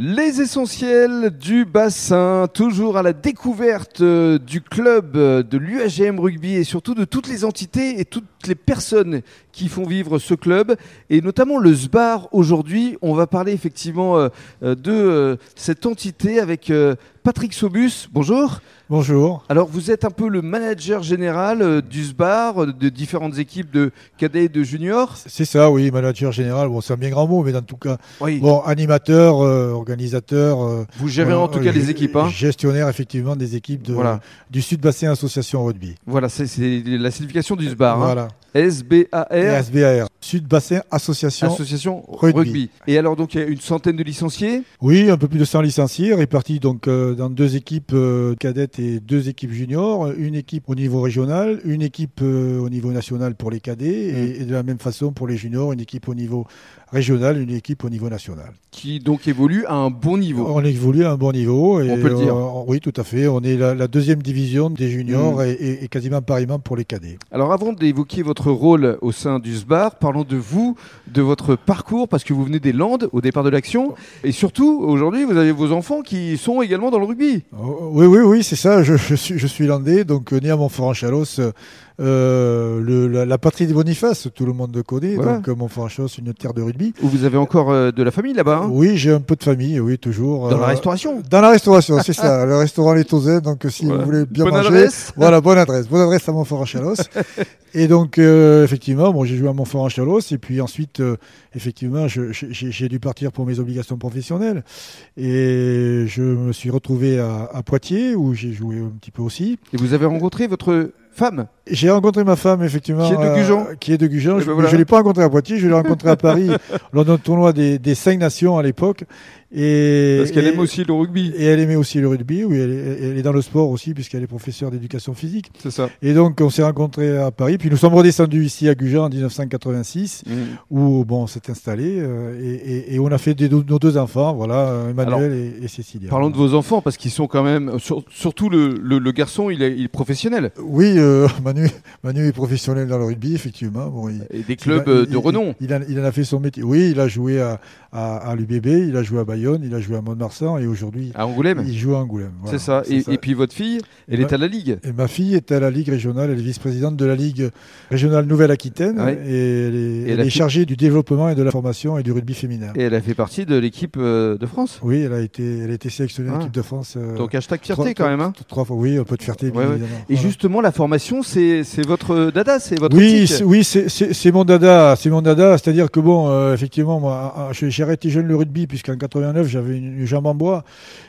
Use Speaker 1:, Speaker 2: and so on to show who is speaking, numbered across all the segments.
Speaker 1: Les essentiels du bassin, toujours à la découverte euh, du club euh, de l'UAGM Rugby et surtout de toutes les entités et toutes les personnes qui font vivre ce club et notamment le SBAR aujourd'hui. On va parler effectivement euh, euh, de euh, cette entité avec euh, Patrick Sobus. Bonjour.
Speaker 2: Bonjour.
Speaker 1: Alors vous êtes un peu le manager général euh, du SBAR, euh, de différentes équipes de cadets et de juniors.
Speaker 2: C'est ça, oui, manager général. Bon, c'est un bien grand mot, mais en tout cas,
Speaker 1: Oui,
Speaker 2: bon, animateur, euh, organisateur. euh,
Speaker 1: vous gérez en
Speaker 2: euh,
Speaker 1: tout cas les
Speaker 2: g-
Speaker 1: équipes. hein.
Speaker 2: Gestionnaire, effectivement, des équipes de,
Speaker 1: Voilà.
Speaker 2: du Sud Bassin Association Rugby.
Speaker 1: Voilà, c'est- c'est la signification du SBAR. hein.
Speaker 2: Voilà. Et
Speaker 1: SBAR,
Speaker 2: SBAR. Sud Bassin Association.
Speaker 1: Association rugby.
Speaker 2: Rugby.
Speaker 1: Et alors, donc, il y a une centaine de licenciés
Speaker 2: oui, un peu plus de 100 licenciés, répartis donc euh, dans deux équipes euh, cadettes et deux équipes juniors. Une équipe au niveau régional, une équipe euh, au niveau national pour les cadets,
Speaker 1: Mm.
Speaker 2: et- et de la même façon pour les juniors, une équipe au niveau régional, une équipe au niveau national.
Speaker 1: qui, donc, évoluent à un bon niveau.
Speaker 2: On évolue à un bon niveau. Et
Speaker 1: On peut le dire.
Speaker 2: euh, oui, tout à fait. On est la, la deuxième division des juniors
Speaker 1: Mm.
Speaker 2: et, et- et quasiment pareillement pour les cadets.
Speaker 1: Alors, avant d'évoquer votre rôle au sein du SBAR, parlons de vous, de votre parcours, parce que vous venez des Landes au départ de l'action.
Speaker 2: Oh.
Speaker 1: Et surtout, aujourd'hui, vous avez vos enfants qui sont également dans le rugby.
Speaker 2: Oh, oui, oui, oui, c'est ça. Je, je suis, je suis landais, donc euh, né à Montfort-en-Chalos, euh, le- la, la patrie des Boniface, tout le monde le connaît.
Speaker 1: Voilà.
Speaker 2: Donc euh, Montfort-en-Chalos, une terre de rugby.
Speaker 1: Où vous avez encore euh, de la famille là-bas, hein,
Speaker 2: Oui, j'ai un peu de famille, oui, toujours.
Speaker 1: dans la
Speaker 2: euh,
Speaker 1: restauration.
Speaker 2: Dans la restauration, c'est ça. Le restaurant Les Tauzins, donc euh, si
Speaker 1: Voilà.
Speaker 2: vous voulez bien
Speaker 1: Bonne
Speaker 2: manger,
Speaker 1: adresse
Speaker 2: Voilà, bonne adresse. Bonne adresse à Montfort-en-Chalos. et donc, euh, effectivement, bon, j'ai joué à Montfort-en-Chalos. Et puis ensuite, euh, effectivement, je- j'ai- j'ai j'ai dû partir pour mes obligations professionnelles. Et je me suis retrouvé à, à Poitiers, où j'ai joué un petit peu aussi.
Speaker 1: Et vous avez rencontré votre femme
Speaker 2: J'ai rencontré ma femme, effectivement.
Speaker 1: Qui est de
Speaker 2: euh,
Speaker 1: Gujan.
Speaker 2: qui est de Gujan.
Speaker 1: Eh
Speaker 2: je
Speaker 1: ben
Speaker 2: ne
Speaker 1: voilà.
Speaker 2: l'ai pas rencontrée à Poitiers, je l'ai rencontrée à Paris, lors d'un tournoi des, des Cinq Nations à l'époque. Et-
Speaker 1: Parce qu'elle
Speaker 2: et-
Speaker 1: aime aussi le rugby,
Speaker 2: Et elle aimait aussi le rugby, oui, elle est, elle est dans le sport aussi, puisqu'elle est professeure d'éducation physique.
Speaker 1: c'est ça.
Speaker 2: Et donc, on s'est rencontrés à Paris, puis nous sommes redescendus ici à Gujan en 1986, où bon, on s'est installé euh, et, et- et on a fait des- nos deux enfants, voilà, euh, Emmanuel
Speaker 1: Alors,
Speaker 2: et, et Cécilia.
Speaker 1: Parlons de vos enfants, parce qu'ils sont quand même, sur- surtout le, le- le garçon, il est, il est professionnel.
Speaker 2: Oui, euh, Manu, Manu est professionnel dans le rugby, effectivement. Bon, il,
Speaker 1: Et des
Speaker 2: il a-
Speaker 1: clubs euh,
Speaker 2: il-
Speaker 1: de renom.
Speaker 2: Il, il en- il en a fait son métier. Oui, il a joué à, à, à l'UBB, il a joué à Bayonne, il a joué à Mont-de-Marsan et aujourd'hui,
Speaker 1: À Angoulême,
Speaker 2: il joue à Angoulême. voilà,
Speaker 1: c'est ça. Et, et puis votre fille, elle
Speaker 2: Et bah-
Speaker 1: est à la Ligue.
Speaker 2: Et ma fille est à la Ligue régionale, elle est vice-présidente de la Ligue régionale Nouvelle-Aquitaine
Speaker 1: Ouais.
Speaker 2: et elle est,
Speaker 1: Et
Speaker 2: elle
Speaker 1: la
Speaker 2: est
Speaker 1: fille-
Speaker 2: chargée du développement et de la formation et du rugby féminin.
Speaker 1: Et elle a fait partie de l'équipe euh, de France.
Speaker 2: Oui, elle a été, elle a été sélectionnée en
Speaker 1: Ah.
Speaker 2: équipe de France. euh,
Speaker 1: Donc hashtag
Speaker 2: trois-
Speaker 1: fierté quand même. hein.
Speaker 2: trois- Trois fois, oui, un peu de fierté, bien
Speaker 1: Ouais, ouais.
Speaker 2: évidemment.
Speaker 1: Et
Speaker 2: Voilà.
Speaker 1: justement, la formation, c'est c'est votre euh, dada, c'est votre
Speaker 2: Oui,
Speaker 1: éthique.
Speaker 2: c'est- oui, c'est- c'est c'est mon dada, c'est mon dada. C'est-à-dire que bon, euh, effectivement, moi, ah, ah, j'ai j'ai arrêté jeune le rugby puisqu'en 89 j'avais une, une jambe en bois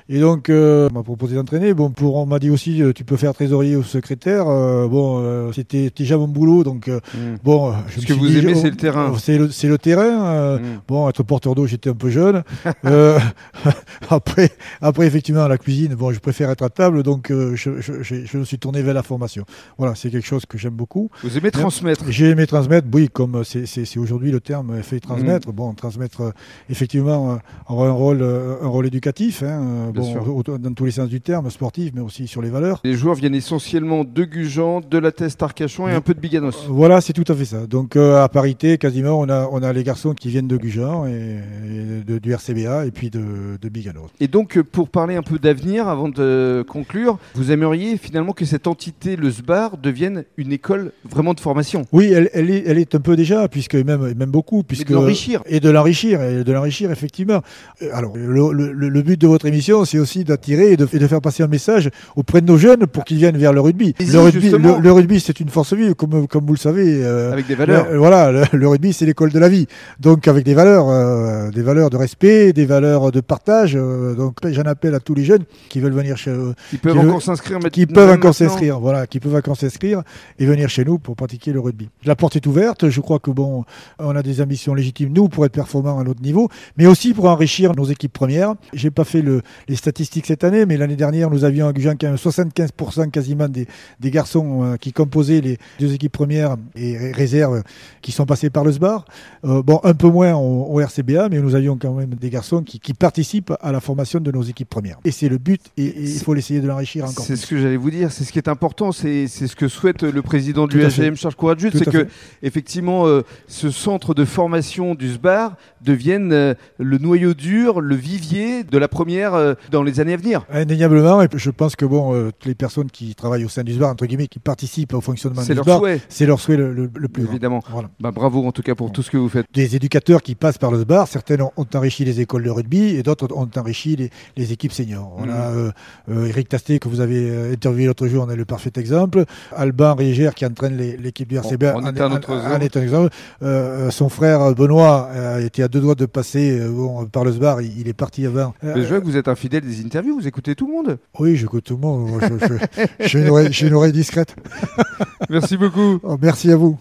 Speaker 2: et donc euh, on m'a proposé d'entraîner. Bon, pour on m'a dit aussi euh, tu peux faire trésorier ou secrétaire. Euh, bon, euh, c'était déjà mon boulot, donc euh,
Speaker 1: Mm.
Speaker 2: Bon, euh, je
Speaker 1: Ce
Speaker 2: me
Speaker 1: que
Speaker 2: suis
Speaker 1: vous
Speaker 2: dit,
Speaker 1: aimez,
Speaker 2: oh,
Speaker 1: c'est le terrain.
Speaker 2: oh, C'est le, c'est le terrain. euh,
Speaker 1: Mm.
Speaker 2: Bon, être porteur d'eau, j'étais un peu jeune. Euh, après, après, effectivement, la cuisine, bon, je préfère être à table, donc euh, je, je- je- je me suis tourné vers la formation. Voilà, c'est quelque chose que j'aime beaucoup.
Speaker 1: Vous aimez transmettre.
Speaker 2: J'ai aimé transmettre, oui, comme euh, c'est- c'est c'est aujourd'hui le terme, euh, fait
Speaker 1: Mm.
Speaker 2: transmettre. Bon, transmettre, euh, effectivement, euh, aura un rôle, euh, un rôle éducatif, hein, euh,
Speaker 1: Bien
Speaker 2: bon,
Speaker 1: sûr.
Speaker 2: au- au- dans tous les sens du terme, sportif, mais aussi sur les valeurs.
Speaker 1: Les joueurs viennent essentiellement de Gujan, de la Teste Arcachon et
Speaker 2: Mm.
Speaker 1: un peu de Biganos.
Speaker 2: Voilà, c'est tout à fait ça. Donc euh, à parité, quasiment, on a, on a les garçons qui viennent de Gujan et, et de, du RCBA et puis de, de Bigano.
Speaker 1: Et donc, euh, pour parler un peu d'avenir, avant de conclure, vous aimeriez finalement que cette entité, le SBAR, devienne une école vraiment de formation
Speaker 2: Oui, elle, elle est, elle est un peu déjà, puisque même, et même beaucoup,
Speaker 1: mais
Speaker 2: puisque
Speaker 1: de l'enrichir.
Speaker 2: et de l'enrichir, et de l'enrichir effectivement. Euh, Alors le, le- le but de votre émission, c'est aussi d'attirer et de, et de faire passer un message auprès de nos jeunes pour qu'ils viennent vers le rugby.
Speaker 1: Et si,
Speaker 2: Le rugby,
Speaker 1: justement-
Speaker 2: le, le rugby, c'est une force vive, comme, comme vous le savez. euh,
Speaker 1: Avec des valeurs.
Speaker 2: Le- voilà, le, le rugby, c'est l'école de la vie. Donc, avec des valeurs, euh, des valeurs de respect, des valeurs de partage. euh, donc, j'en appelle à tous les jeunes qui veulent venir chez eux,
Speaker 1: Ils peuvent
Speaker 2: qui
Speaker 1: encore
Speaker 2: veut-
Speaker 1: s'inscrire
Speaker 2: qui
Speaker 1: maintenant-
Speaker 2: peuvent encore
Speaker 1: maintenant.
Speaker 2: s'inscrire, voilà, qui peuvent encore s'inscrire et venir chez nous pour pratiquer le rugby. La porte est ouverte. Je crois que bon, on a des ambitions légitimes, nous, pour être performants à notre niveau, mais aussi pour enrichir nos équipes premières. J'ai pas fait le, les statistiques cette année, mais l'année dernière, nous avions à Gujan quand même 75% quasiment des, des garçons euh, qui composaient les deux équipes premières et ré- réserves euh, qui sont passés par le SBAR. Euh, bon, un peu moins au, au RCBA, mais nous avions quand même des garçons qui, qui participent à la formation de nos équipes premières. Et c'est le but, et et il faut l'essayer de l'enrichir encore.
Speaker 1: C'est ce que j'allais vous dire, c'est ce qui est important, c'est c'est c'est ce que souhaite le président de
Speaker 2: Tout à
Speaker 1: l'UAGM, Charles Courageux,
Speaker 2: Tout
Speaker 1: c'est
Speaker 2: à
Speaker 1: que
Speaker 2: fait.
Speaker 1: effectivement euh, ce centre de formation du SBAR devienne euh, le noyau dur, le vivier de la première euh, dans les années à venir.
Speaker 2: Indéniablement, et je pense que bon, euh, toutes les personnes qui travaillent au sein du SBAR, entre guillemets, qui participent au fonctionnement
Speaker 1: C'est
Speaker 2: du
Speaker 1: leur
Speaker 2: SBAR,
Speaker 1: souhait,
Speaker 2: c'est leur souhait le, le- le plus grand.
Speaker 1: évidemment.
Speaker 2: Voilà.
Speaker 1: Bah, bravo en tout cas pour tout ce que vous faites.
Speaker 2: Des éducateurs qui passent par le SBAR, certaines ont, ont enrichi les écoles de rugby et d'autres ont enrichi les, les équipes seniors. On
Speaker 1: Mhm.
Speaker 2: a euh, euh, Eric Tasté que vous avez euh, interviewé l'autre jour, on est le parfait exemple. Alban Riger qui entraîne les- l'équipe du RCB
Speaker 1: On- on
Speaker 2: en,
Speaker 1: est un autre exemple.
Speaker 2: est un exemple. Euh, euh, son frère Benoît euh, était à deux doigts de passer euh, bon, par le SBAR, il, il est parti avant.
Speaker 1: Mais je
Speaker 2: Euh,
Speaker 1: vois que vous êtes un fidèle des interviews, vous écoutez tout le monde.
Speaker 2: Oui, j'écoute tout le monde. Moi, je- je- J'ai une oreille- j'ai une oreille discrète.
Speaker 1: Merci beaucoup.
Speaker 2: Oh, merci à vous.